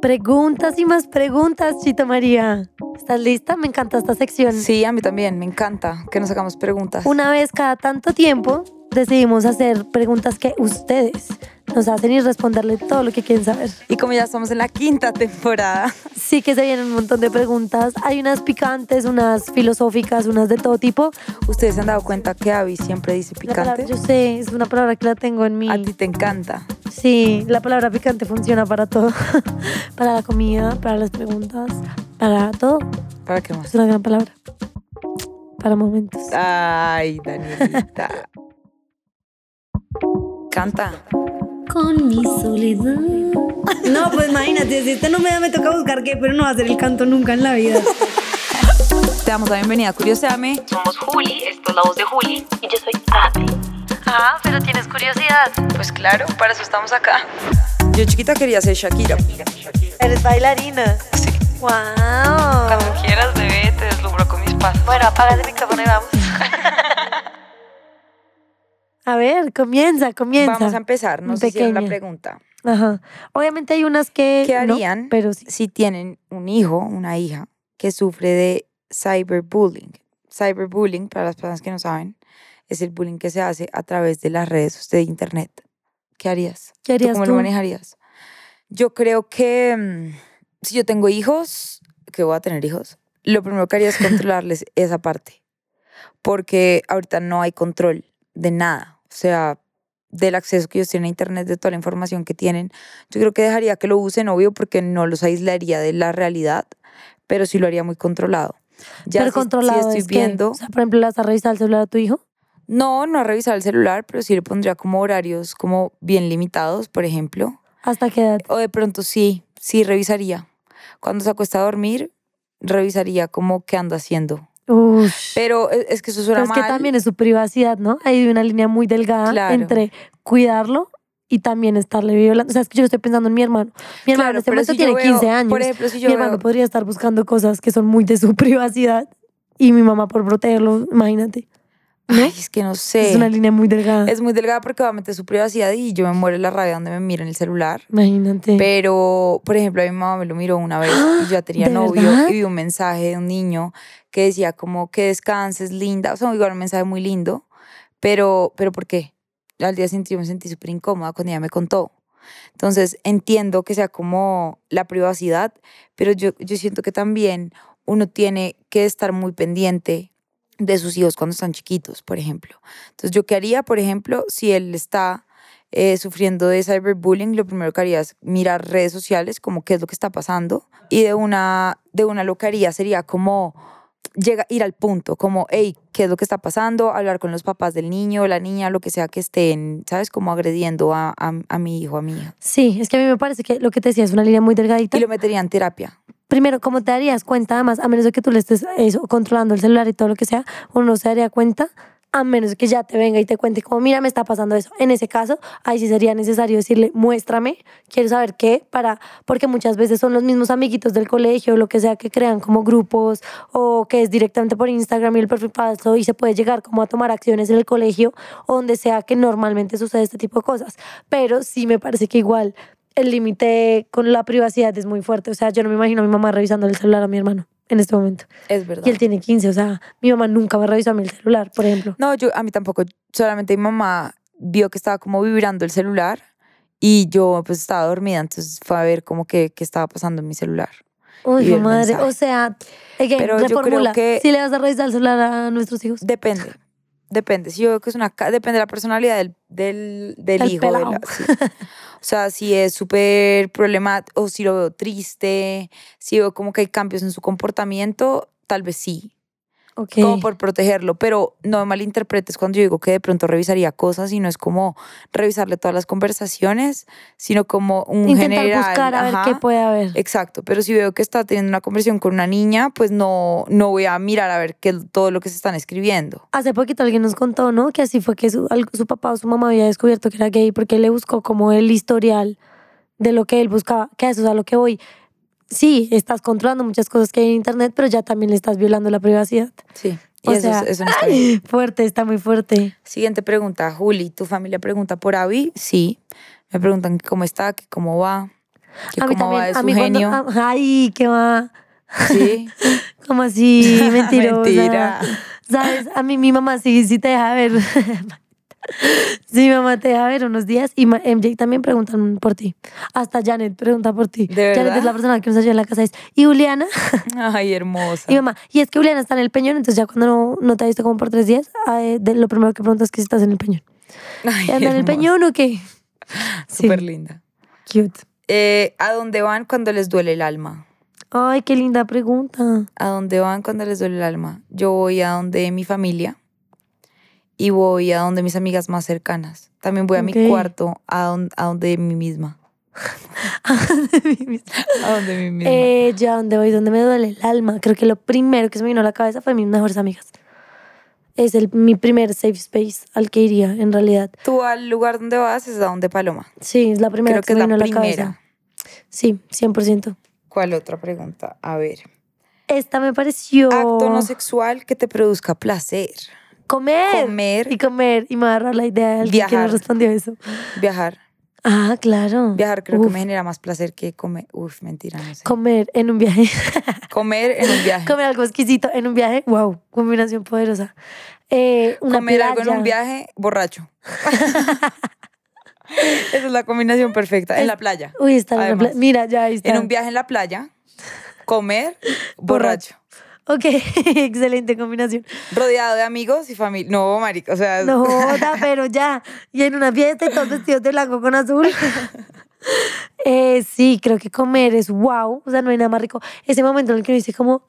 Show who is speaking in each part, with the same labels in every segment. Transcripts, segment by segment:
Speaker 1: Preguntas y más preguntas, Chita María. ¿Estás lista? Me encanta esta sección.
Speaker 2: Sí, a mí también, me encanta que nos hagamos preguntas.
Speaker 1: Una vez cada tanto tiempo decidimos hacer preguntas que ustedes nos hacen y responderle todo lo que quieren saber.
Speaker 2: Y como ya estamos en la quinta temporada,
Speaker 1: Sí que se vienen un montón de preguntas. Hay unas picantes, unas filosóficas, unas de todo tipo.
Speaker 2: ustedes se han dado cuenta que Abby siempre dice
Speaker 1: La palabra-
Speaker 2: picante.
Speaker 1: yo sé, es una palabra que la tengo en mi...
Speaker 2: A ti te encanta.
Speaker 1: Sí, la palabra picante funciona para todo. para la comida, para las preguntas, para todo.
Speaker 2: ¿Para qué más?
Speaker 1: Es una gran palabra. Para momentos.
Speaker 2: Ay, Danielita. Canta.
Speaker 3: Con mi soledad. No, pues imagínate, si este no me da, me toca buscar qué, pero no va a ser el canto nunca en la vida.
Speaker 2: Te damos la bienvenida, a Curioseame.
Speaker 4: Somos Juli, esto es la voz de Juli y yo soy Abby.
Speaker 1: Ah, pero tienes curiosidad.
Speaker 2: Pues claro, para eso estamos acá. Yo chiquita quería ser Shakira.
Speaker 1: Eres bailarina.
Speaker 2: Sí.
Speaker 1: Wow.
Speaker 2: quieras, bebé, te deslumbro con mis pasos.
Speaker 1: Bueno, apaga el micrófono y vamos. A ver, comienza, comienza.
Speaker 2: Vamos a em- empezar, nos hicieron la
Speaker 1: Pequeña.
Speaker 2: pregunta.
Speaker 1: Ajá. Obviamente hay unas que.
Speaker 2: ¿Qué
Speaker 1: Eh, no,
Speaker 2: harían
Speaker 1: pero sí.
Speaker 2: si tienen un hijo, una hija, que sufre de cyberbullying? Cyberbullying, para las personas que no saben, es el bullying que se hace a través de las redes de internet. ¿Qué harías?
Speaker 1: ¿Qué
Speaker 2: ¿Tú
Speaker 1: harías
Speaker 2: cómo
Speaker 1: tú?
Speaker 2: lo manejarías? Yo creo que mm, si yo tengo hijos, que voy a tener hijos, lo primero que haría es controlarles esa parte. Porque ahorita no hay control de nada. O sea, del acceso que ellos tienen a Internet, de toda la información que tienen. Yo creo que dejaría que lo usen, obvio, porque no los aislaría de la realidad, pero sí lo haría muy controlado. Ya
Speaker 1: pero
Speaker 2: si- si
Speaker 1: controlado.
Speaker 2: estoy
Speaker 1: es que,
Speaker 2: viendo.
Speaker 1: o sea, por ejemplo, ¿le vas a revisar el celular a tu hijo?
Speaker 2: No, no a revisar el celular, pero sí le pondría como horarios como bien limitados, por ejemplo.
Speaker 1: ¿Hasta qué edad?
Speaker 2: O de pronto sí, sí revisaría. Cuando se acuesta a dormir, revisaría como qué anda haciendo.
Speaker 1: Ush.
Speaker 2: Pero e, es, es que eso suena
Speaker 1: Pero es que
Speaker 2: mal.
Speaker 1: también es su privacidad, ¿no? Hay una línea muy delgada
Speaker 2: Claro.
Speaker 1: entre cuidarlo y también estarle violando. O sea, es que yo estoy pensando en mi hermano. Mi hermano en
Speaker 2: Claro,
Speaker 1: este
Speaker 2: pero
Speaker 1: momento
Speaker 2: si yo
Speaker 1: tiene
Speaker 2: veo-
Speaker 1: 15 años.
Speaker 2: Por ejemplo, si yo
Speaker 1: mi
Speaker 2: veo-
Speaker 1: hermano podría estar buscando cosas que son muy de su privacidad y mi mamá por protegerlo, imagínate.
Speaker 2: Ay, es que no sé.
Speaker 1: Es una línea muy delgada.
Speaker 2: Es muy delgada porque va a meter su privacidad y yo me muero de la rabia donde me miran el celular.
Speaker 1: Imagínate.
Speaker 2: Pero, por ejemplo, a mi mamá me lo miró una vez y yo ya tenía
Speaker 1: ¡Ah! ¿De
Speaker 2: novio
Speaker 1: verdad?
Speaker 2: y vi un mensaje de un niño que decía como que descanses, linda. O sea, igual un mensaje muy lindo, pero, pero ¿por qué? Al día siguiente yo me sentí súper incómoda cuando ella me contó. Entonces, entiendo que sea como la privacidad, pero yo, yo siento que también uno tiene que estar muy pendiente de sus hijos cuando están chiquitos, por ejemplo. Entonces, yo qué haría, por ejemplo, si él está eh, sufriendo de cyberbullying, lo primero que haría es mirar redes sociales, como qué es lo que está pasando, y de una, de una locaría sería como llega, ir al punto, como, hey, ¿qué es lo que está pasando? Hablar con los papás del niño, la niña, lo que sea que estén, ¿sabes? Como agrediendo a, a, a mi hijo, a mi hija.
Speaker 1: Sí, es que a mí me parece que lo que te decía es una línea muy delgadita.
Speaker 2: Y lo metería en terapia.
Speaker 1: Primero, como te darías cuenta, además, a menos de que tú le estés eso, controlando el celular y todo lo que sea, uno se daría cuenta, a menos de que ya te venga y te cuente como, mira, me está pasando eso. En ese caso, ahí sí sería necesario decirle, muéstrame, quiero saber qué, para, porque muchas veces son los mismos amiguitos del colegio, lo que sea, que crean como grupos o que es directamente por Instagram y el perfil falso y se puede llegar como a tomar acciones en el colegio o donde sea que normalmente sucede este tipo de cosas. Pero sí me parece que igual el límite con la privacidad es muy fuerte. O sea, yo no me imagino a mi mamá revisando el celular a mi hermano en este momento.
Speaker 2: Es verdad.
Speaker 1: Y él tiene 15, o sea, mi mamá nunca me revisó a mí el celular, por ejemplo.
Speaker 2: No, yo a mí tampoco. Solamente mi mamá vio que estaba como vibrando el celular y yo pues estaba dormida, entonces fue a ver como que, qué estaba pasando en mi celular.
Speaker 1: Uy,
Speaker 2: Y el
Speaker 1: madre.
Speaker 2: mensaje.
Speaker 1: O sea, again,
Speaker 2: Pero yo creo
Speaker 1: reformula.
Speaker 2: que-
Speaker 1: Si le vas a revisar el celular a nuestros hijos.
Speaker 2: Depende. Depende. Si yo veo que es una. ca- Depende de la personalidad del, del, del
Speaker 1: Del
Speaker 2: hijo. de la-
Speaker 1: pelao.
Speaker 2: sí. O sea, si es súper problemático, o si lo veo triste, si veo como que hay cambios en su comportamiento, tal vez sí.
Speaker 1: Ok.
Speaker 2: Como por protegerlo. Pero no me malinterpretes cuando yo digo que de pronto revisaría cosas y no es como revisarle todas las conversaciones, sino como un
Speaker 1: Intentar
Speaker 2: general.
Speaker 1: buscar a ver
Speaker 2: ajá.
Speaker 1: qué puede haber.
Speaker 2: Exacto, pero si veo que está teniendo una conversación con una niña, pues no, no voy a mirar a ver qué, todo lo que se están escribiendo.
Speaker 1: Hace poquito alguien nos contó, ¿no? Que así fue que su, al- su papá o su mamá había descubierto que era gay porque él le buscó como el historial de lo que él buscaba. Que a eso es a lo que voy. Sí, estás controlando muchas cosas que hay en internet, pero ya también le estás violando la privacidad.
Speaker 2: Sí. Y
Speaker 1: O
Speaker 2: eso, es-
Speaker 1: sea,
Speaker 2: eso no está bien.
Speaker 1: Fuerte, está muy fuerte.
Speaker 2: Siguiente pregunta, Juli. ¿Tu familia pregunta por Abby? Sí. Me preguntan que cómo está, que cómo va. Que cómo va de su genio.
Speaker 1: cuando- a- ay, qué va.
Speaker 2: Sí.
Speaker 1: Como así, mentirosa.
Speaker 2: Mentira.
Speaker 1: ¿Sabes? A mí mi mamá sí, sí te deja ver. sí, mi mamá te deja ver unos días y ma- MJ también preguntan por ti. Hasta Janet pregunta por ti.
Speaker 2: ¿De
Speaker 1: Janet
Speaker 2: verdad?
Speaker 1: es la persona que nos ayuda en la casa. Es, y Juliana,
Speaker 2: Ay, hermosa.
Speaker 1: y mamá, y es que Juliana está en el peñón, entonces ya cuando no, no te ha visto como por tres días, ah, eh, de- lo primero que preguntas es que si estás en el peñón.
Speaker 2: Ay,
Speaker 1: ¿Anda en el
Speaker 2: hermosa.
Speaker 1: peñón o qué? Sí,
Speaker 2: Súper linda.
Speaker 1: cute.
Speaker 2: Eh, ¿A dónde van cuando les duele el alma?
Speaker 1: Ay, qué linda pregunta.
Speaker 2: ¿A dónde van cuando les duele el alma? Yo voy a donde mi familia y voy a donde mis amigas más cercanas. También voy a
Speaker 1: Ok.
Speaker 2: mi cuarto, a donde, a donde mí misma. A donde mí misma.
Speaker 1: Eh, ya donde voy, donde me duele el alma. Creo que lo primero que se me vino a la cabeza fue mis mejores amigas. Es el, mi primer safe space al que iría, en realidad.
Speaker 2: Tú al lugar donde vas es a donde Paloma.
Speaker 1: Sí, es la primera
Speaker 2: Creo
Speaker 1: que,
Speaker 2: que
Speaker 1: se
Speaker 2: es
Speaker 1: me
Speaker 2: la
Speaker 1: vino a la
Speaker 2: primera.
Speaker 1: cabeza. Sí, 100%.
Speaker 2: ¿Cuál otra pregunta? A ver.
Speaker 1: Esta me pareció
Speaker 2: Acto no sexual que te produzca placer.
Speaker 1: comer,
Speaker 2: comer.
Speaker 1: y comer. Y me va a agarrar la idea de alguien que no
Speaker 2: Viajar.
Speaker 1: respondió eso.
Speaker 2: Viajar.
Speaker 1: Ah, claro.
Speaker 2: Viajar creo que
Speaker 1: Uf,
Speaker 2: me genera más placer que comer. Uf, mentira, no sé.
Speaker 1: Comer en un viaje.
Speaker 2: comer en un viaje.
Speaker 1: comer algo exquisito en un viaje. Wow, combinación poderosa. Eh, una
Speaker 2: comer algo en
Speaker 1: playa.
Speaker 2: un viaje borracho. Esa es la combinación perfecta. En la playa.
Speaker 1: Uy, está en una
Speaker 2: Además,
Speaker 1: pla- Mira, ya ahí está.
Speaker 2: En un viaje en la playa, comer borracho.
Speaker 1: Ok, excelente combinación.
Speaker 2: Rodeado de amigos y familia. No, marica, o sea,
Speaker 1: No joda, pero ya. Y en una fiesta y todos vestidos de blanco con azul. Eh, sí, creo que comer es wow. O sea, no hay nada más rico. Ese momento en el que uno dice como,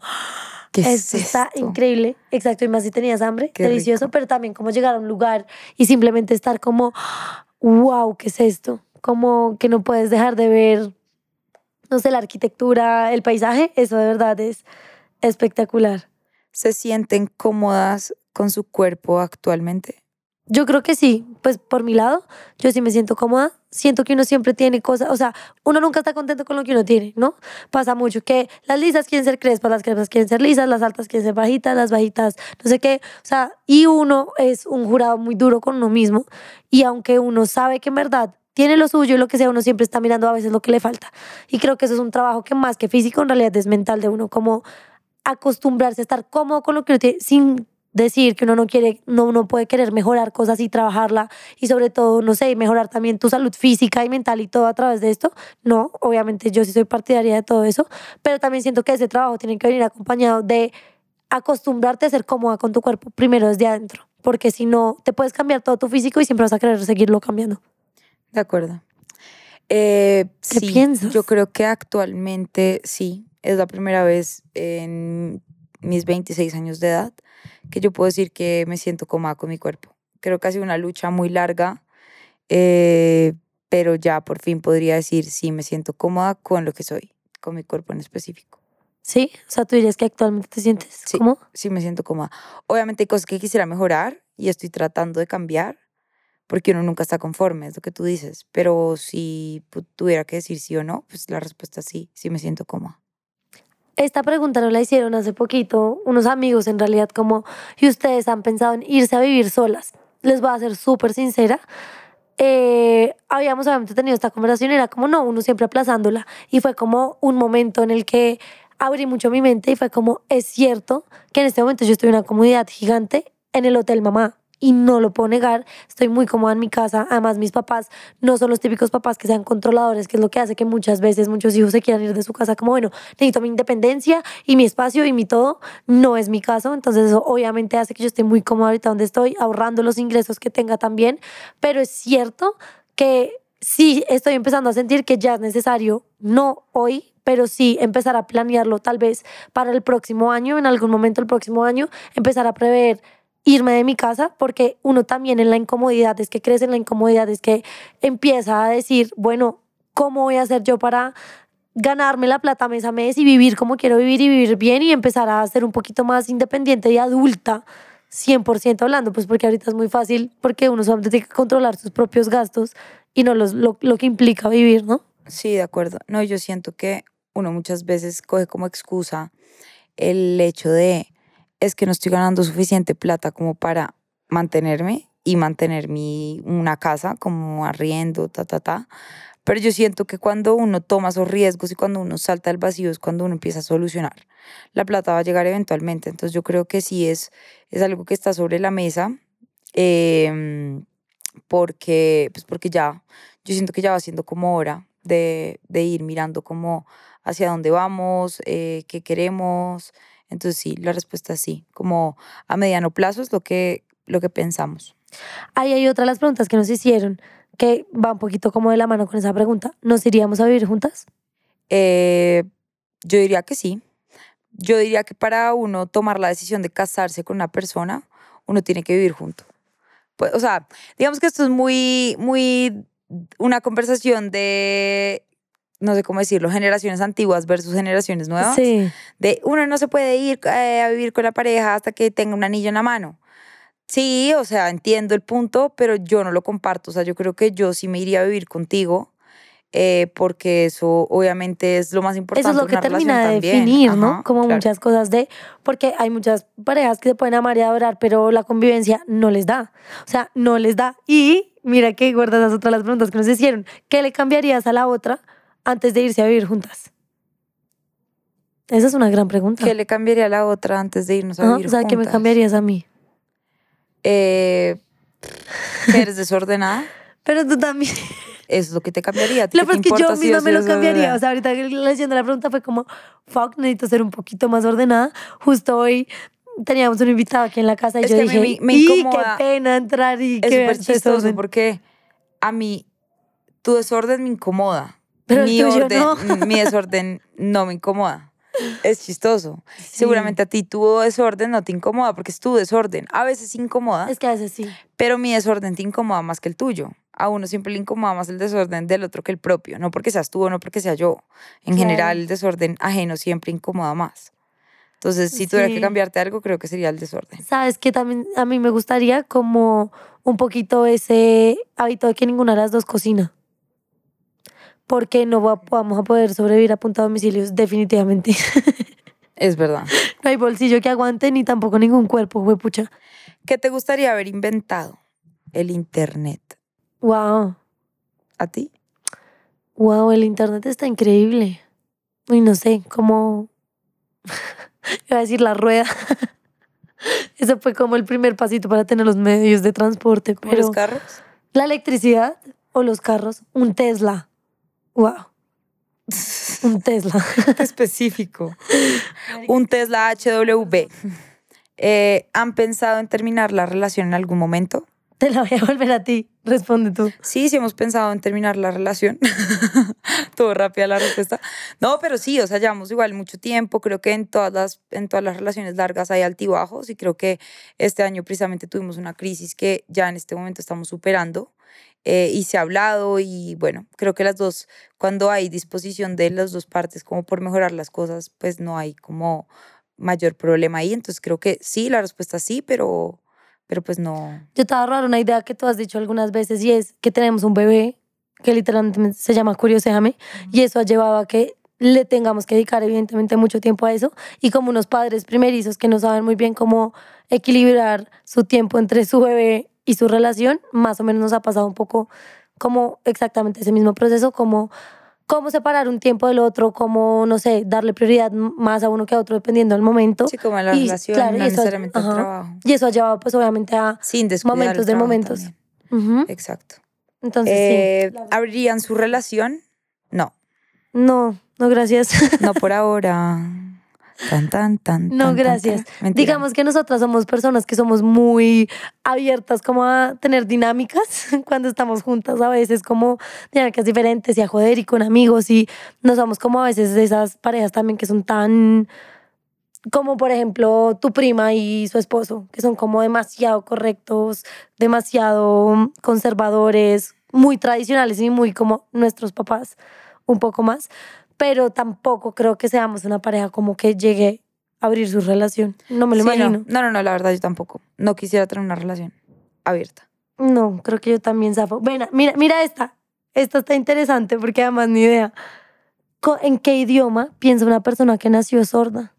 Speaker 2: ¿qué es
Speaker 1: esto está
Speaker 2: esto?
Speaker 1: increíble. Exacto, y más si tenías hambre,
Speaker 2: Qué
Speaker 1: delicioso.
Speaker 2: rico.
Speaker 1: Pero también como llegar a un lugar y simplemente estar como, wow, ¿qué es esto? Como que no puedes dejar de ver, no sé, la arquitectura, el paisaje. Eso de verdad es espectacular.
Speaker 2: ¿Se sienten cómodas con su cuerpo actualmente?
Speaker 1: Yo creo que sí, pues por mi lado, yo sí me siento cómoda. Siento que uno siempre tiene cosas, o sea, uno nunca está contento con lo que uno tiene, ¿no? Pasa mucho que las lisas quieren ser crespas, las crespas quieren ser lisas, las altas quieren ser bajitas, las bajitas, no sé qué. O sea, y uno es un jurado muy duro con uno mismo. Y aunque uno sabe que en verdad tiene lo suyo y lo que sea, uno siempre está mirando a veces lo que le falta. Y creo que eso es un trabajo que más que físico, en realidad es mental de uno, como acostumbrarse a estar cómodo con lo que uno tiene, sin decir que uno no quiere, no uno puede querer mejorar cosas y trabajarla y sobre todo, no sé, mejorar también tu salud física y mental y todo a través de esto. No, obviamente yo sí soy partidaria de todo eso, pero también siento que ese trabajo tiene que venir acompañado de acostumbrarte a ser cómoda con tu cuerpo primero desde adentro, porque si no te puedes cambiar todo tu físico y siempre vas a querer seguirlo cambiando.
Speaker 2: De acuerdo. Eh,
Speaker 1: ¿Qué
Speaker 2: sí,
Speaker 1: piensas?
Speaker 2: yo creo que actualmente sí. Es la primera vez en mis 26 años de edad que yo puedo decir que me siento cómoda con mi cuerpo. Creo que ha sido una lucha muy larga, eh, pero ya por fin podría decir sí, me siento cómoda con lo que soy, con mi cuerpo en específico.
Speaker 1: ¿Sí? O sea, tú dirías que actualmente te sientes
Speaker 2: Sí.
Speaker 1: cómoda?
Speaker 2: Sí, me siento cómoda. Obviamente hay cosas que quisiera mejorar y estoy tratando de cambiar porque uno nunca está conforme, es lo que tú dices. Pero si pu- tuviera que decir sí o no, pues la respuesta es sí, sí me siento cómoda.
Speaker 1: Esta pregunta no la hicieron hace poquito unos amigos en realidad como, ¿y ustedes han pensado en irse a vivir solas? Les voy a ser súper sincera. eh, habíamos obviamente tenido esta conversación, era como, no, uno siempre aplazándola. Y fue como un momento en el que abrí mucho mi mente y fue como, es cierto que en este momento yo estoy en una comodidad gigante en el Hotel Mamá. Y no lo puedo negar, estoy muy cómoda en mi casa. Además, mis papás no son los típicos papás que sean controladores, que es lo que hace que muchas veces muchos hijos se quieran ir de su casa como, bueno, necesito mi independencia y mi espacio y mi todo. No es mi caso, entonces eso obviamente hace que yo esté muy cómoda ahorita donde estoy, ahorrando los ingresos que tenga también. Pero es cierto que sí estoy empezando a sentir que ya es necesario, no hoy, pero sí empezar a planearlo tal vez para el próximo año, en algún momento el próximo año, empezar a prever irme de mi casa, porque uno también en la incomodidad, es que crece en la incomodidad, es que empieza a decir, bueno, ¿cómo voy a hacer yo para ganarme la plata mes a mes y vivir como quiero vivir y vivir bien y empezar a ser un poquito más independiente y adulta? 100% hablando, pues porque ahorita es muy fácil, porque uno solamente tiene que controlar sus propios gastos y no los, lo, lo que implica vivir, ¿no?
Speaker 2: Sí, de acuerdo. No, yo siento que uno muchas veces coge como excusa el hecho de es que no estoy ganando suficiente plata como para mantenerme y mantener mi, una casa como arriendo, ta, ta, ta. Pero yo siento que cuando uno toma esos riesgos y cuando uno salta al vacío es cuando uno empieza a solucionar. La plata va a llegar eventualmente. Entonces yo creo que sí es, es algo que está sobre la mesa. eh, porque, pues porque ya, yo siento que ya va siendo como hora de, de ir mirando como hacia dónde vamos, eh, qué queremos. Entonces sí, la respuesta es sí, como a mediano plazo es lo que, lo que pensamos.
Speaker 1: Ahí hay otra de las preguntas que nos hicieron, que va un poquito como de la mano con esa pregunta. ¿Nos iríamos a vivir juntas?
Speaker 2: Eh, yo diría que sí. Yo diría que para uno tomar la decisión de casarse con una persona, uno tiene que vivir junto. Pues, o sea, digamos que esto es muy, muy una conversación de, no sé cómo decirlo, generaciones antiguas versus generaciones nuevas.
Speaker 1: Sí.
Speaker 2: De uno no se puede ir eh, a vivir con la pareja hasta que tenga un anillo en la mano. Sí, o sea, entiendo el punto, pero yo no lo comparto. O sea, yo creo que yo sí me iría a vivir contigo, eh, porque eso obviamente es lo más importante.
Speaker 1: Eso es lo
Speaker 2: en
Speaker 1: que
Speaker 2: una relación
Speaker 1: termina de
Speaker 2: también.
Speaker 1: definir, ¿no?
Speaker 2: Ajá,
Speaker 1: Como
Speaker 2: claro.
Speaker 1: muchas cosas de, porque hay muchas parejas que se pueden amar y adorar, pero la convivencia no les da. O sea, no les da. Y mira que guardas las otras las preguntas que nos hicieron. ¿Qué le cambiarías a la otra antes de irse a vivir juntas? Esa es una gran pregunta.
Speaker 2: ¿Qué le cambiaría a la otra antes de irnos a
Speaker 1: Ajá,
Speaker 2: vivir
Speaker 1: o sea, ¿qué me
Speaker 2: juntas?
Speaker 1: cambiarías a mí?
Speaker 2: Eh, que ¿Eres desordenada?
Speaker 1: Pero tú también.
Speaker 2: Eso es lo que te cambiaría. ¿A ti
Speaker 1: Lo
Speaker 2: qué
Speaker 1: peor es
Speaker 2: te
Speaker 1: que yo
Speaker 2: importa si
Speaker 1: misma
Speaker 2: soy
Speaker 1: me lo
Speaker 2: desordenada?
Speaker 1: cambiaría. O sea, ahorita que leyendo la pregunta fue como, fuck, necesito ser un poquito más ordenada. Justo hoy teníamos un invitado aquí en la casa y
Speaker 2: Es
Speaker 1: yo
Speaker 2: que a mí
Speaker 1: dije,
Speaker 2: me- me
Speaker 1: "Y
Speaker 2: incomoda.
Speaker 1: qué pena entrar y
Speaker 2: es
Speaker 1: qué
Speaker 2: súper chistoso
Speaker 1: desorden".
Speaker 2: porque a mí tu desorden me incomoda.
Speaker 1: Pero el
Speaker 2: mi,
Speaker 1: tuyo
Speaker 2: orden,
Speaker 1: no.
Speaker 2: mi desorden no me incomoda. Es chistoso. Seguramente a ti tu desorden no te incomoda porque es tu desorden. A veces incomoda,
Speaker 1: Es que a veces sí.
Speaker 2: pero mi desorden te incomoda más que el tuyo. A uno siempre le incomoda más el desorden del otro que el propio. No porque seas tú o no porque sea yo. En
Speaker 1: Claro.
Speaker 2: general, el desorden ajeno siempre incomoda más. Entonces, si tuviera
Speaker 1: Sí.
Speaker 2: que cambiarte algo, creo que sería el desorden.
Speaker 1: Sabes que también a mí me gustaría como un poquito ese hábito de que ninguna de las dos cocina. Porque no va- vamos a poder sobrevivir a punta de domicilios, definitivamente.
Speaker 2: Es verdad.
Speaker 1: no hay bolsillo que aguante ni tampoco ningún cuerpo, huepucha.
Speaker 2: ¿Qué te gustaría haber inventado? El internet.
Speaker 1: Wow.
Speaker 2: ¿A ti?
Speaker 1: Wow, el internet está increíble. Uy, no sé, como. Iba a decir la rueda. Ese fue como el primer pasito para tener los medios de transporte,
Speaker 2: ¿Por los
Speaker 1: pero
Speaker 2: carros?
Speaker 1: la electricidad o los carros, un Tesla. Wow, un Tesla.
Speaker 2: Qué específico. Un Tesla HWB. Eh, ¿Han pensado en terminar la relación en algún momento?
Speaker 1: Te la voy a volver a ti, responde tú.
Speaker 2: Sí, sí hemos pensado en terminar la relación. Todo rápida la respuesta. No, pero sí, o sea, llevamos igual mucho tiempo. Creo que en todas las, en todas las relaciones largas hay altibajos y creo que este año precisamente tuvimos una crisis que ya en este momento estamos superando eh, y se ha hablado y bueno, creo que las dos, cuando hay disposición de las dos partes como por mejorar las cosas, pues no hay como mayor problema ahí. Entonces creo que sí, la respuesta es sí, pero, pero pues no.
Speaker 1: Yo te voy a robar una idea que tú has dicho algunas veces y es que tenemos un bebé que literalmente se llama Curiosejame y eso ha llevado a que le tengamos que dedicar evidentemente mucho tiempo a eso y como unos padres primerizos que no saben muy bien cómo equilibrar su tiempo entre su bebé y su relación, más o menos nos ha pasado un poco como exactamente ese mismo proceso, como cómo separar un tiempo del otro, cómo, no sé, darle prioridad más a uno que a otro dependiendo del momento.
Speaker 2: Sí, como en la
Speaker 1: Y,
Speaker 2: relación,
Speaker 1: claro, y
Speaker 2: no
Speaker 1: eso-
Speaker 2: necesariamente el
Speaker 1: ajá.
Speaker 2: trabajo.
Speaker 1: Y eso ha llevado pues obviamente a...
Speaker 2: Sin descuidar el
Speaker 1: Momentos de
Speaker 2: trabajo
Speaker 1: momentos.
Speaker 2: también.
Speaker 1: Ujú.
Speaker 2: Exacto.
Speaker 1: Entonces,
Speaker 2: Eh,
Speaker 1: sí.
Speaker 2: ¿Abrirían su relación? No,
Speaker 1: No, no, gracias.
Speaker 2: no por ahora. Tan, tan, tan.
Speaker 1: No,
Speaker 2: tan, tan,
Speaker 1: gracias.
Speaker 2: tan. Mentira.
Speaker 1: Digamos que nosotras somos personas que somos muy abiertas como a tener dinámicas cuando estamos juntas, a veces como dinámicas diferentes y a joder y con amigos y no somos como a veces de esas parejas también que son tan como por ejemplo tu prima y su esposo, que son como demasiado correctos, demasiado conservadores, muy tradicionales y muy como nuestros papás, un poco más, pero tampoco creo que seamos una pareja como que llegue a abrir su relación. No me lo
Speaker 2: Sí, no.
Speaker 1: imagino.
Speaker 2: No, no, no, la verdad yo tampoco. No quisiera tener una relación abierta.
Speaker 1: No. creo que yo también zafo. Bueno, mira, mira esta. Esta está interesante porque además ni idea. Co- ¿En qué idioma piensa una persona que nació sorda?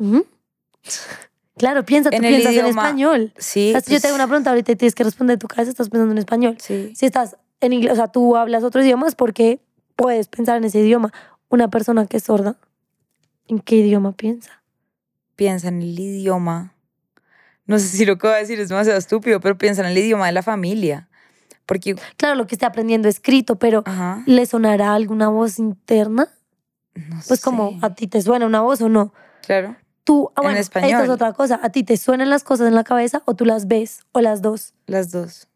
Speaker 1: Ujú. Claro, piensa, tú
Speaker 2: En el
Speaker 1: piensas en
Speaker 2: idioma-
Speaker 1: español.
Speaker 2: Sí.
Speaker 1: Así yo
Speaker 2: pues,
Speaker 1: tengo una pregunta ahorita y tienes que responder. en Tu cabeza estás pensando en español.
Speaker 2: Sí.
Speaker 1: Si estás en inglés, o sea, tú hablas otros idiomas porque puedes pensar en ese idioma. Una persona que es sorda, ¿en qué idioma piensa?
Speaker 2: Piensa en el idioma. No sé si lo que voy a decir es demasiado estúpido, pero piensa en el idioma de la familia. Porque,
Speaker 1: Claro, lo que esté aprendiendo escrito, pero
Speaker 2: ajá,
Speaker 1: ¿le sonará alguna voz interna?
Speaker 2: no
Speaker 1: Pues como
Speaker 2: sé.
Speaker 1: a ti te suena una voz o no.
Speaker 2: Claro.
Speaker 1: Tú, ah,
Speaker 2: En
Speaker 1: bueno,
Speaker 2: español.
Speaker 1: esta es otra cosa. ¿A ti te suenan las cosas en la cabeza o tú las ves o las dos?
Speaker 2: Las dos.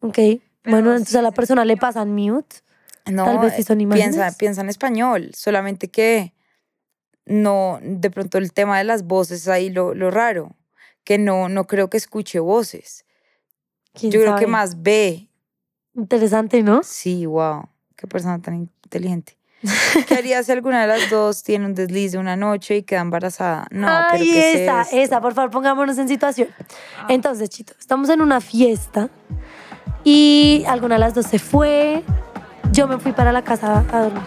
Speaker 1: ¿Ok? bueno, entonces
Speaker 2: sí,
Speaker 1: a la persona le pasan mute.
Speaker 2: No,
Speaker 1: Tal vez sí
Speaker 2: eh,
Speaker 1: son
Speaker 2: piensa,
Speaker 1: imágenes.
Speaker 2: piensa en español, solamente que no, de pronto el tema de las voces es ahí lo, lo raro, que no, no creo que escuche voces.
Speaker 1: ¿Quién
Speaker 2: Yo creo que
Speaker 1: sabe?
Speaker 2: más ve.
Speaker 1: Interesante, ¿no?
Speaker 2: Sí, wow, qué persona tan inteligente. ¿Qué haría si alguna de las dos tiene un desliz de una noche y queda embarazada? No, pero
Speaker 1: Ay,
Speaker 2: ¿qué es
Speaker 1: esa,
Speaker 2: esto? Ah.
Speaker 1: esa, por favor, pongámonos en situación. Entonces, Chito, estamos en una fiesta y alguna de las dos se fue. Yo me fui para la casa a dormir.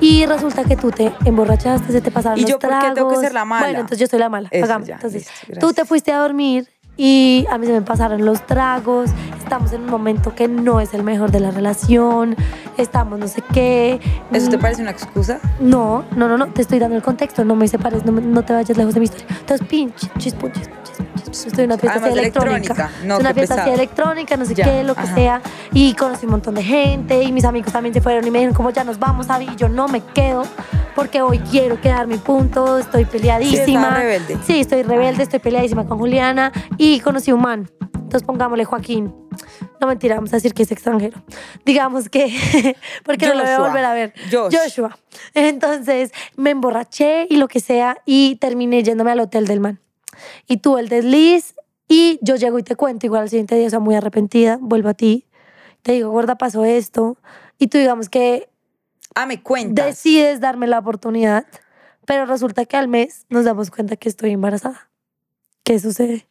Speaker 1: Y resulta que tú te emborrachaste, se te pasaron
Speaker 2: ¿Y
Speaker 1: los
Speaker 2: yo por qué tengo que
Speaker 1: tragos.
Speaker 2: ser la mala?
Speaker 1: Bueno, entonces yo soy la mala.
Speaker 2: Eso
Speaker 1: Hagamos.
Speaker 2: ya,
Speaker 1: entonces,
Speaker 2: listo,
Speaker 1: tú te
Speaker 2: gracias.
Speaker 1: fuiste a dormir y a mí se me pasaron los tragos. Estamos en un momento que no es el mejor de la relación. Estamos no sé qué.
Speaker 2: ¿Eso te
Speaker 1: Mm,
Speaker 2: parece una excusa?
Speaker 1: no, no, no, no, te estoy dando el contexto, no me separes, no, me- no te vayas lejos de mi historia. Entonces, pinche, chis, punches, punches, punches. Estoy en una fiesta así
Speaker 2: Además de
Speaker 1: electrónica.
Speaker 2: electrónica. No,
Speaker 1: es una
Speaker 2: qué
Speaker 1: fiesta así
Speaker 2: pesado.
Speaker 1: electrónica, no sé
Speaker 2: Ya,
Speaker 1: qué, lo que
Speaker 2: ajá.
Speaker 1: sea. Y conocí un montón de gente y mis amigos también se fueron y me dijeron, como ya nos vamos, Abby, y yo no me quedo porque hoy quiero quedar mi punto, estoy
Speaker 2: Sí, estaba
Speaker 1: peleadísima.
Speaker 2: rebelde.
Speaker 1: Sí, estoy rebelde, estoy peleadísima con Juliana y conocí un man. Entonces pongámosle Joaquín. No mentira, vamos a decir que es extranjero. Digamos que, porque no lo voy a
Speaker 2: Joshua.
Speaker 1: volver a ver.
Speaker 2: Josh.
Speaker 1: Joshua. Entonces me emborraché y lo que sea y terminé yéndome al hotel del man. Y tuve el desliz y yo llego y te cuento, igual al siguiente día, o sea, muy arrepentida, vuelvo a ti, te digo, gorda, pasó esto. Y tú digamos que
Speaker 2: Ah, me cuentas.
Speaker 1: decides darme la oportunidad, pero resulta que al mes nos damos cuenta que estoy embarazada. ¿Qué sucede?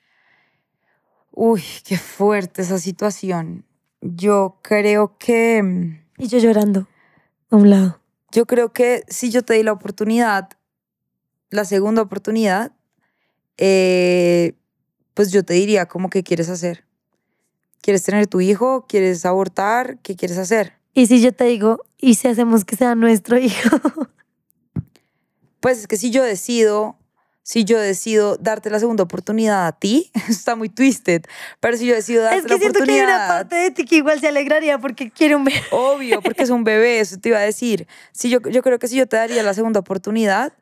Speaker 2: Uy, qué fuerte esa situación. Yo creo que, mm,
Speaker 1: Y yo llorando a un lado.
Speaker 2: yo creo que si yo te di la oportunidad, la segunda oportunidad, eh, pues yo te diría como que quieres hacer. ¿Quieres tener tu hijo? ¿Quieres abortar? ¿Qué quieres hacer?
Speaker 1: Y si yo te digo, ¿y si hacemos que sea nuestro hijo?
Speaker 2: Pues es que si yo decido, si yo decido darte la segunda oportunidad a ti, está muy twisted, pero si yo decido darte
Speaker 1: es
Speaker 2: la
Speaker 1: que siento que hay una
Speaker 2: oportunidad
Speaker 1: parte de ti que igual se alegraría porque quiere un bebé.
Speaker 2: Obvio, porque es un bebé, eso te iba a decir. Si yo, yo creo que si yo te daría la segunda oportunidad,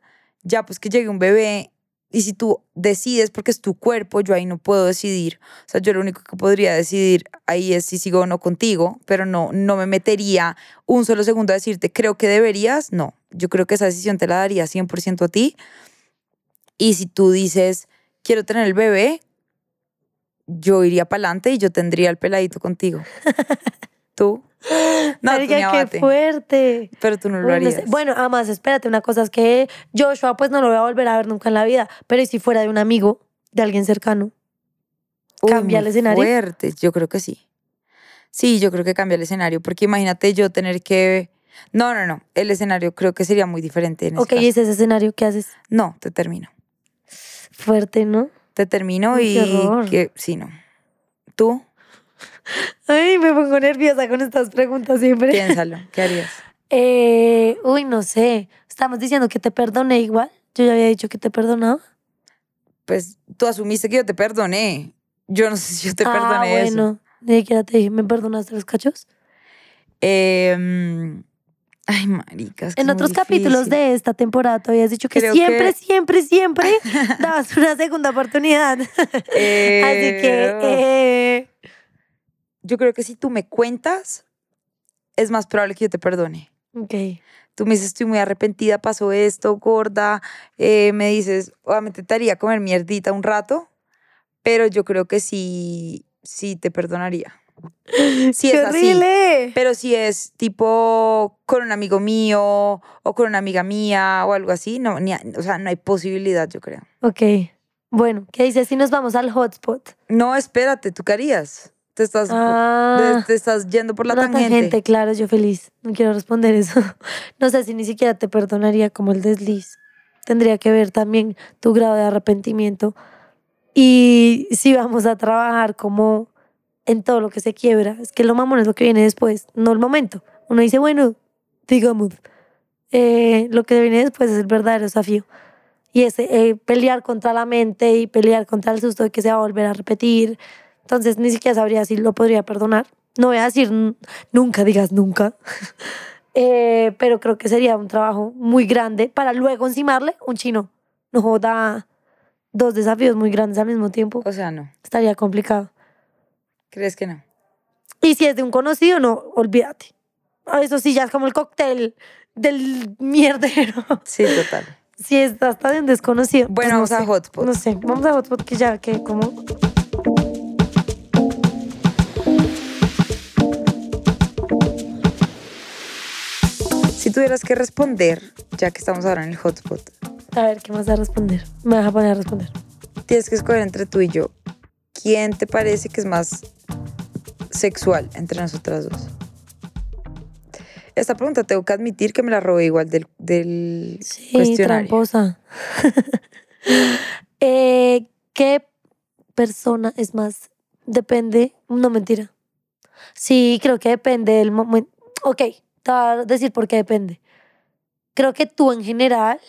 Speaker 2: ya pues que llegue un bebé y si tú decides, porque es tu cuerpo, yo ahí no puedo decidir. O sea, yo lo único que podría decidir ahí es si sigo o no contigo, pero no, no me metería un solo segundo a decirte, creo que deberías, no. Yo creo que esa decisión te la daría 100% a ti. Y si tú dices, quiero tener el bebé, yo iría para adelante y yo tendría el peladito contigo. ¿Tú? No, tú
Speaker 1: Marica,
Speaker 2: me abate.
Speaker 1: qué fuerte.
Speaker 2: Pero tú no lo
Speaker 1: Uy, no sé.
Speaker 2: harías.
Speaker 1: Bueno, además, espérate, una cosa es que Joshua pues no lo voy a volver a ver nunca en la vida, pero ¿y si fuera de un amigo, de alguien cercano?
Speaker 2: Uy,
Speaker 1: cambia el
Speaker 2: muy
Speaker 1: escenario.
Speaker 2: fuerte, yo creo que sí. Sí, yo creo que cambia el escenario, porque imagínate yo tener que... No, no, no, el escenario creo que sería muy diferente en ese
Speaker 1: ok, y
Speaker 2: caso.
Speaker 1: ese escenario que haces
Speaker 2: No, te termino.
Speaker 1: fuerte, ¿no?
Speaker 2: Te termino
Speaker 1: Uy,
Speaker 2: y...
Speaker 1: qué horror.
Speaker 2: que Sí, no. ¿Tú?
Speaker 1: Ay, me pongo nerviosa con estas preguntas siempre.
Speaker 2: Piénsalo, ¿qué harías?
Speaker 1: Eh, uy, no sé. Estamos diciendo que te perdoné igual. Yo ya había dicho que te perdonaba.
Speaker 2: Pues tú asumiste que yo te perdoné. Yo no sé si yo te
Speaker 1: ah,
Speaker 2: perdoné eso.
Speaker 1: bueno. Ni siquiera te dije, ¿me perdonaste los cachos?
Speaker 2: Eh, mm, ay, maricas.
Speaker 1: En otros capítulos de esta temporada tú habías dicho que
Speaker 2: Creo
Speaker 1: siempre,
Speaker 2: que-
Speaker 1: siempre, siempre dabas una segunda oportunidad. Así que, eh,
Speaker 2: Yo creo que si tú me cuentas, es más probable que yo te perdone.
Speaker 1: ok.
Speaker 2: Tú me dices, estoy muy arrepentida, pasó esto, gorda. eh, me dices, obviamente te haría comer mierdita un rato, pero yo creo que sí, sí te perdonaría. Si
Speaker 1: ¡Qué
Speaker 2: es así.
Speaker 1: horrible!
Speaker 2: Pero si es tipo con un amigo mío o con una amiga mía o algo así, no, ni a- o sea, no hay posibilidad, yo creo.
Speaker 1: Ok. Bueno, ¿qué dices? Si nos vamos al hotspot.
Speaker 2: No, espérate, ¿tú qué harías? Te estás,
Speaker 1: Ah.
Speaker 2: te, te estás yendo por la
Speaker 1: Una
Speaker 2: tangente.
Speaker 1: claro, yo feliz. No quiero responder eso. No sé si ni siquiera te perdonaría como el desliz. Tendría que ver también tu grado de arrepentimiento. Y si vamos a trabajar como en todo lo que se quiebra. Es que lo mamón es lo que viene después, no el momento. Uno dice, bueno, digamos, eh, lo que viene después es el verdadero desafío. Y es eh, pelear contra la mente y pelear contra el susto de que se va a volver a repetir. Entonces ni siquiera sabría si lo podría perdonar. No voy a decir n- nunca, digas nunca. Eh, pero creo que sería un trabajo muy grande para luego encimarle un chino. No joda dos desafíos muy grandes al mismo tiempo.
Speaker 2: O sea, no.
Speaker 1: Estaría complicado.
Speaker 2: ¿Crees que no?
Speaker 1: Y si es de un conocido, no, olvídate. Ah, Eso sí, ya es como el cóctel del mierdero.
Speaker 2: Sí, total.
Speaker 1: si es hasta de un desconocido. pues
Speaker 2: Bueno,
Speaker 1: no
Speaker 2: vamos a
Speaker 1: sé.
Speaker 2: Hotspot.
Speaker 1: No sé, vamos a Hotspot que ya, que como.
Speaker 2: Si tuvieras que responder, ya que estamos ahora en el hotspot,
Speaker 1: A ver, ¿qué más a responder? Me vas a poner a responder.
Speaker 2: tienes que escoger entre tú y yo. ¿Quién te parece que es más sexual entre nosotras dos? Esta pregunta tengo que admitir que me la robé igual del, del
Speaker 1: Sí,
Speaker 2: cuestionario.
Speaker 1: tramposa. Eh, ¿Qué persona es más? Depende. No, mentira. Sí, creo que depende del momento. Ok, te voy a decir por qué depende. Creo que tú en general.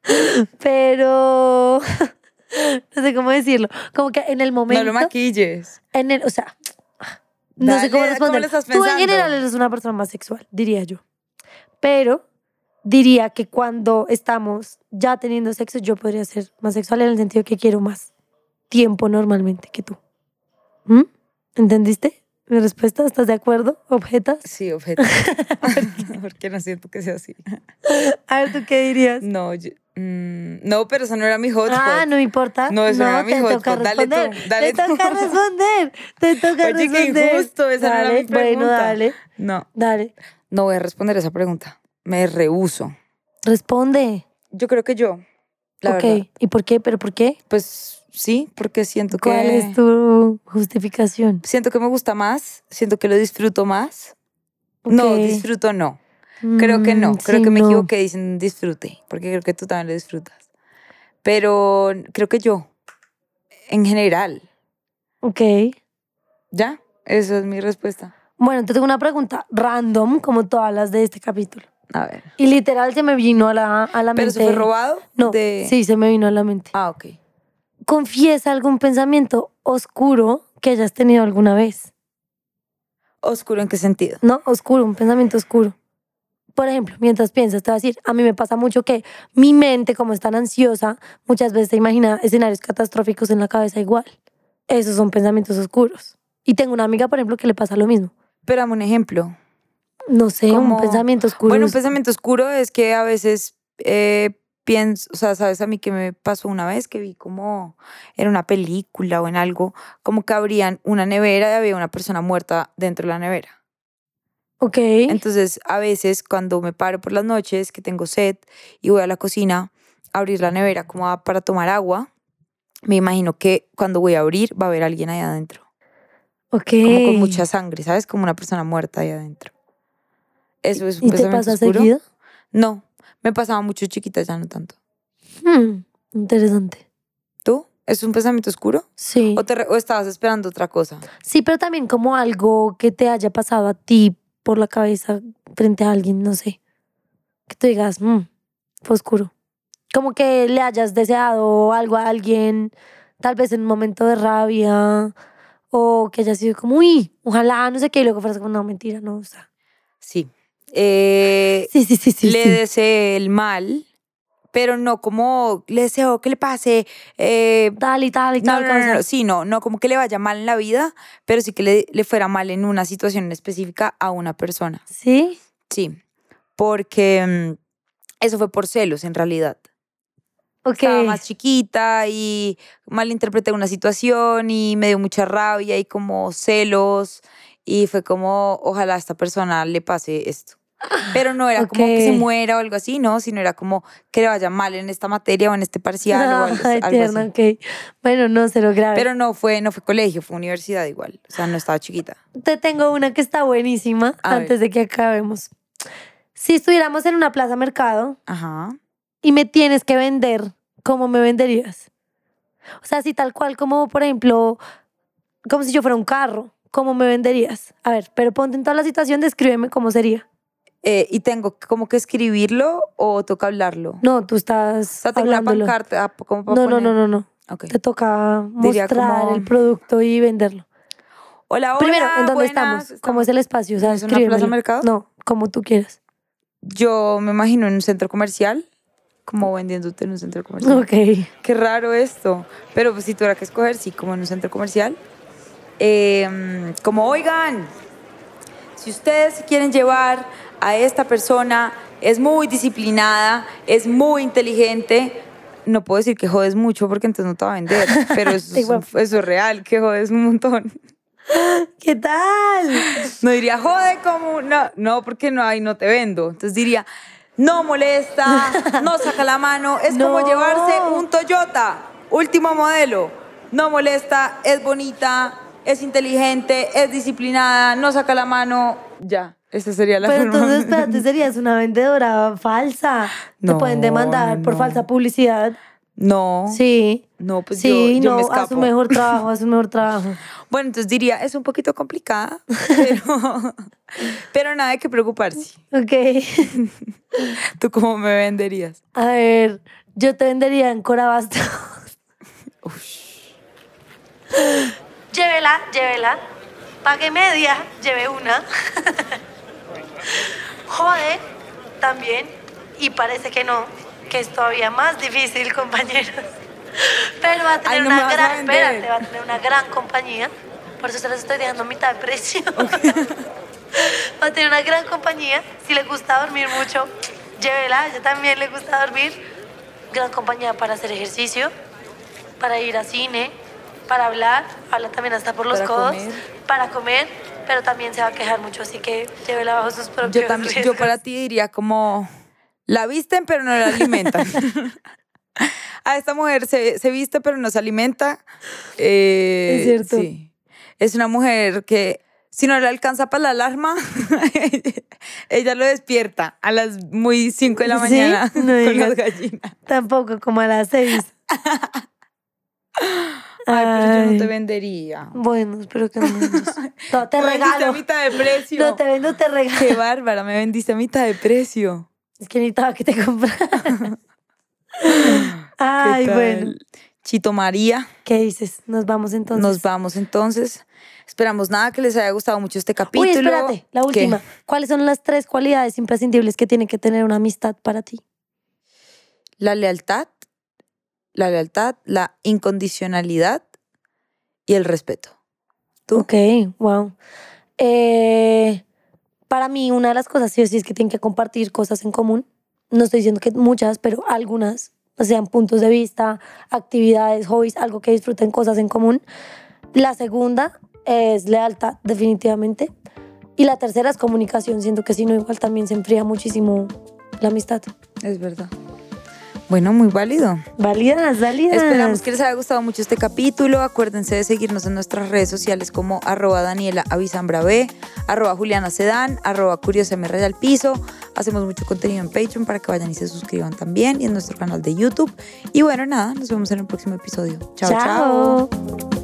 Speaker 1: Pero. No sé cómo decirlo. Como que en el momento.
Speaker 2: No lo maquilles.
Speaker 1: en el, o sea. No
Speaker 2: Dale,
Speaker 1: sé cómo
Speaker 2: ¿cómo
Speaker 1: responder.
Speaker 2: le estás
Speaker 1: Tú en
Speaker 2: pensando?
Speaker 1: general eres una persona más sexual, diría yo. Pero diría que cuando estamos ya teniendo sexo, yo podría ser más sexual en el sentido que quiero más tiempo normalmente que tú. ¿Mm? ¿Entendiste? Mi respuesta, ¿estás de acuerdo? ¿Objetas?
Speaker 2: Sí, objeto. Porque no siento que sea así.
Speaker 1: A ver, ¿tú qué dirías?
Speaker 2: No, yo- mm, no, pero esa no era mi hotspot.
Speaker 1: Ah, no me importa.
Speaker 2: No, eso no era mi
Speaker 1: te toca
Speaker 2: hotspot. Dale tú,
Speaker 1: responder.
Speaker 2: dale
Speaker 1: te
Speaker 2: tú.
Speaker 1: toca responder. Te toca
Speaker 2: Oye, qué
Speaker 1: responder.
Speaker 2: injusto, esa no era
Speaker 1: Dale,
Speaker 2: mi
Speaker 1: Bueno,
Speaker 2: pregunta.
Speaker 1: dale,
Speaker 2: No,
Speaker 1: dale.
Speaker 2: no voy a responder esa pregunta. Me rehuso.
Speaker 1: Responde.
Speaker 2: Yo creo que yo, la
Speaker 1: ok,
Speaker 2: verdad.
Speaker 1: ¿y por qué? ¿Pero por qué?
Speaker 2: Pues sí, porque siento
Speaker 1: ¿Cuál
Speaker 2: que
Speaker 1: es tu justificación?
Speaker 2: siento que me gusta más, siento que lo disfruto más. No,
Speaker 1: Ok.
Speaker 2: disfruto no. Creo que no,
Speaker 1: Mm,
Speaker 2: creo
Speaker 1: sí,
Speaker 2: que me
Speaker 1: no.
Speaker 2: equivoqué diciendo disfrute, porque creo que tú también lo disfrutas. Pero creo que yo en general,
Speaker 1: Ok.
Speaker 2: ¿ya? Esa es mi respuesta.
Speaker 1: Bueno, te tengo una pregunta random, como todas las de este capítulo.
Speaker 2: A ver.
Speaker 1: Y literal se me vino a la, a la
Speaker 2: Pero
Speaker 1: mente.
Speaker 2: eso fue robado
Speaker 1: No,
Speaker 2: de
Speaker 1: sí, se me vino a la mente.
Speaker 2: Ah, ok.
Speaker 1: ¿Confiesa algún pensamiento oscuro que hayas tenido alguna vez?
Speaker 2: Oscuro en qué sentido?
Speaker 1: No, oscuro, un pensamiento oscuro. Por ejemplo, mientras piensas, te voy a decir, a mí me pasa mucho que mi mente, como es tan ansiosa, muchas veces se imagina escenarios catastróficos en la cabeza igual. Esos son pensamientos oscuros. Y tengo una amiga, por ejemplo, que le pasa lo mismo.
Speaker 2: Pero dame un ejemplo.
Speaker 1: No sé, un
Speaker 2: Como-
Speaker 1: pensamiento oscuro.
Speaker 2: Bueno, pues, un
Speaker 1: es-
Speaker 2: pensamiento oscuro es que a veces eh, pienso, o sea, sabes a mí que me pasó una vez que vi como en una película o en algo, como que abrían una nevera y había una persona muerta dentro de la nevera.
Speaker 1: ok,
Speaker 2: Entonces, a veces cuando me paro por las noches, que tengo sed y voy a la cocina a abrir la nevera como a- para tomar agua, me imagino que cuando voy a abrir va a haber alguien ahí adentro,
Speaker 1: ok.
Speaker 2: como con mucha sangre, ¿sabes? Como una persona muerta ahí adentro. Eso es un
Speaker 1: ¿Y te
Speaker 2: pensamiento
Speaker 1: pasa
Speaker 2: oscuro.
Speaker 1: seguido?
Speaker 2: No, me pasaba mucho chiquita, ya no tanto.
Speaker 1: Hmm, interesante.
Speaker 2: ¿Tú? ¿Es un pensamiento oscuro?
Speaker 1: Sí.
Speaker 2: ¿O, te re- o estabas esperando otra cosa?
Speaker 1: Sí, pero también como algo que te haya pasado a ti por la cabeza frente a alguien, no sé. Que tú digas, "Mm, fue oscuro. Como que le hayas deseado algo a alguien, tal vez en un momento de rabia, o que haya sido como, uy, ojalá, no sé qué, y luego fueras como, no, mentira, no, o sea.
Speaker 2: Sí. Eh,
Speaker 1: Sí, sí, sí, sí.
Speaker 2: le
Speaker 1: sí.
Speaker 2: deseé el mal, pero no como le deseo que le pase. eh,
Speaker 1: Tal y tal y
Speaker 2: no,
Speaker 1: tal.
Speaker 2: no,
Speaker 1: cosa.
Speaker 2: no, no, sí, no, no como que le vaya mal en la vida, pero sí que le, le fuera mal en una situación específica a una persona.
Speaker 1: ¿Sí?
Speaker 2: Sí, porque mm, eso fue por celos en realidad.
Speaker 1: Ok.
Speaker 2: estaba más chiquita y malinterpreté una situación y me dio mucha rabia y como celos y fue como ojalá a esta persona le pase esto. Pero no era como que se
Speaker 1: ok.
Speaker 2: muera o algo así, no, sino era como que le vaya mal en esta materia o en este parcial o algo,
Speaker 1: Ay,
Speaker 2: algo
Speaker 1: tierna,
Speaker 2: así.
Speaker 1: ok. Bueno, no, cero grave.
Speaker 2: Pero no fue, no fue colegio, fue universidad igual. O sea, no estaba chiquita.
Speaker 1: Te tengo una que está buenísima
Speaker 2: A ver.
Speaker 1: antes de que acabemos. Si estuviéramos en una plaza mercado
Speaker 2: Ajá.
Speaker 1: y me tienes que vender, ¿cómo me venderías? O sea, si tal cual como, por ejemplo, como si yo fuera un carro. ¿Cómo me venderías? A ver, pero ponte en toda la situación, descríbeme cómo sería.
Speaker 2: Eh, y tengo como que escribirlo o toca hablarlo.
Speaker 1: No, tú estás
Speaker 2: O sea, tengo
Speaker 1: hablándolo.
Speaker 2: una pancarta. ah, como para
Speaker 1: no, no, no, no,
Speaker 2: poner.
Speaker 1: no.
Speaker 2: Ok.
Speaker 1: Te toca
Speaker 2: Diría
Speaker 1: mostrar
Speaker 2: como-
Speaker 1: el producto y venderlo.
Speaker 2: Hola, hola.
Speaker 1: Primero, ¿en dónde
Speaker 2: buenas,
Speaker 1: estamos? ¿Cómo es el espacio? O sea,
Speaker 2: ¿Es una plaza
Speaker 1: escríbemelo.
Speaker 2: mercado?
Speaker 1: No, como tú quieras.
Speaker 2: Yo me imagino en un centro comercial, como vendiéndote en un centro comercial.
Speaker 1: Ok.
Speaker 2: Qué raro esto. Pero pues, si tuviera que escoger, sí, como en un centro comercial. Eh, como, oigan, si ustedes se quieren llevar a esta persona, es muy disciplinada, es muy inteligente. No puedo decir que jodes mucho porque entonces no te va a vender, pero eso, es,
Speaker 1: Igual.
Speaker 2: eso es real, que jodes un montón.
Speaker 1: ¿Qué tal?
Speaker 2: No diría, jode como, no, no, porque no hay, no te vendo. Entonces diría, no molesta, no saca la mano, es como
Speaker 1: No.
Speaker 2: llevarse un Toyota, último modelo. No molesta, es bonita, es inteligente, es disciplinada, no saca la mano. Ya, esa sería la
Speaker 1: Pero
Speaker 2: forma.
Speaker 1: entonces, espérate, serías una vendedora falsa.
Speaker 2: No,
Speaker 1: Te pueden demandar
Speaker 2: no,
Speaker 1: por
Speaker 2: no.
Speaker 1: falsa publicidad.
Speaker 2: No.
Speaker 1: Sí.
Speaker 2: No, pues
Speaker 1: sí,
Speaker 2: yo- yo
Speaker 1: no,
Speaker 2: me
Speaker 1: haz
Speaker 2: escapo.
Speaker 1: un mejor trabajo, haz un mejor trabajo.
Speaker 2: Bueno, entonces diría, es un poquito complicada, pero, pero nada de que preocuparse.
Speaker 1: Ok.
Speaker 2: ¿Tú cómo me venderías?
Speaker 1: A ver, yo te vendería en Corabasto. llévela, llévela. Pague media, lleve una. Jode, también. Y parece que no, que es todavía más difícil, compañeros. Pero va a tener
Speaker 2: Ay, no me
Speaker 1: una
Speaker 2: vas a
Speaker 1: gran,
Speaker 2: vender.
Speaker 1: espérate, va a tener una gran compañía. Por eso se las estoy dejando a mitad de precio. Va a tener una gran compañía. Si le gusta dormir mucho, llévela. Yo también le gusta dormir. Gran compañía para hacer ejercicio, para ir a cine, para hablar. Habla también hasta por los
Speaker 2: Para
Speaker 1: codos.
Speaker 2: comer.
Speaker 1: Para comer, pero también se va a quejar mucho. Así que llévela bajo sus propios
Speaker 2: Yo también, yo
Speaker 1: riesgos.
Speaker 2: para ti diría como la visten pero no la alimentan. A esta mujer se, se viste pero no se alimenta. Eh,
Speaker 1: Es cierto.
Speaker 2: sí. Es una mujer que si no le alcanza para la alarma, ella lo despierta a las muy 5 de la
Speaker 1: ¿Sí?
Speaker 2: mañana
Speaker 1: No
Speaker 2: con
Speaker 1: digas.
Speaker 2: las gallinas.
Speaker 1: Tampoco, como a las seis.
Speaker 2: Ay, pero yo no te
Speaker 1: Ay.
Speaker 2: vendería.
Speaker 1: Bueno, espero que no me vendas. No, te
Speaker 2: Me vendiste a
Speaker 1: regalo.
Speaker 2: mitad de precio.
Speaker 1: No te vendo, te
Speaker 2: Qué
Speaker 1: regalo.
Speaker 2: bárbara, me vendiste a mitad de precio.
Speaker 1: Es que necesitaba que te comprara. Ay,
Speaker 2: ¿Qué
Speaker 1: bueno.
Speaker 2: tal? Chito María,
Speaker 1: ¿Qué dices? Nos vamos entonces.
Speaker 2: nos vamos entonces. Esperamos nada que les haya gustado mucho este capítulo.
Speaker 1: Uy, espérate, la
Speaker 2: ¿Qué?
Speaker 1: última. ¿Cuáles son las tres cualidades imprescindibles que tiene que tener una amistad para ti?
Speaker 2: La lealtad, la lealtad, la incondicionalidad y el respeto. ¿Tú?
Speaker 1: Ok, wow. Eh, para mí, una de las cosas sí o sí es que tienen que compartir cosas en común. No estoy diciendo que muchas, pero algunas, o sean puntos de vista, actividades, hobbies, algo que disfruten cosas en común. La segunda es lealtad, definitivamente. Y la tercera es comunicación. Siento que si no, igual también se enfría muchísimo la amistad.
Speaker 2: Es verdad. Bueno, muy válido.
Speaker 1: Válidas, válidas.
Speaker 2: Esperamos que les haya gustado mucho este capítulo. Acuérdense de seguirnos en nuestras redes sociales como arroba Daniela Avisambra B, arroba Juliana Sedán, arroba Curiosa Me Raya al Piso. Hacemos mucho contenido en Patreon para que vayan y se suscriban también y en nuestro canal de YouTube. Y bueno, nada, nos vemos en el próximo episodio. chao. chao.
Speaker 1: chao.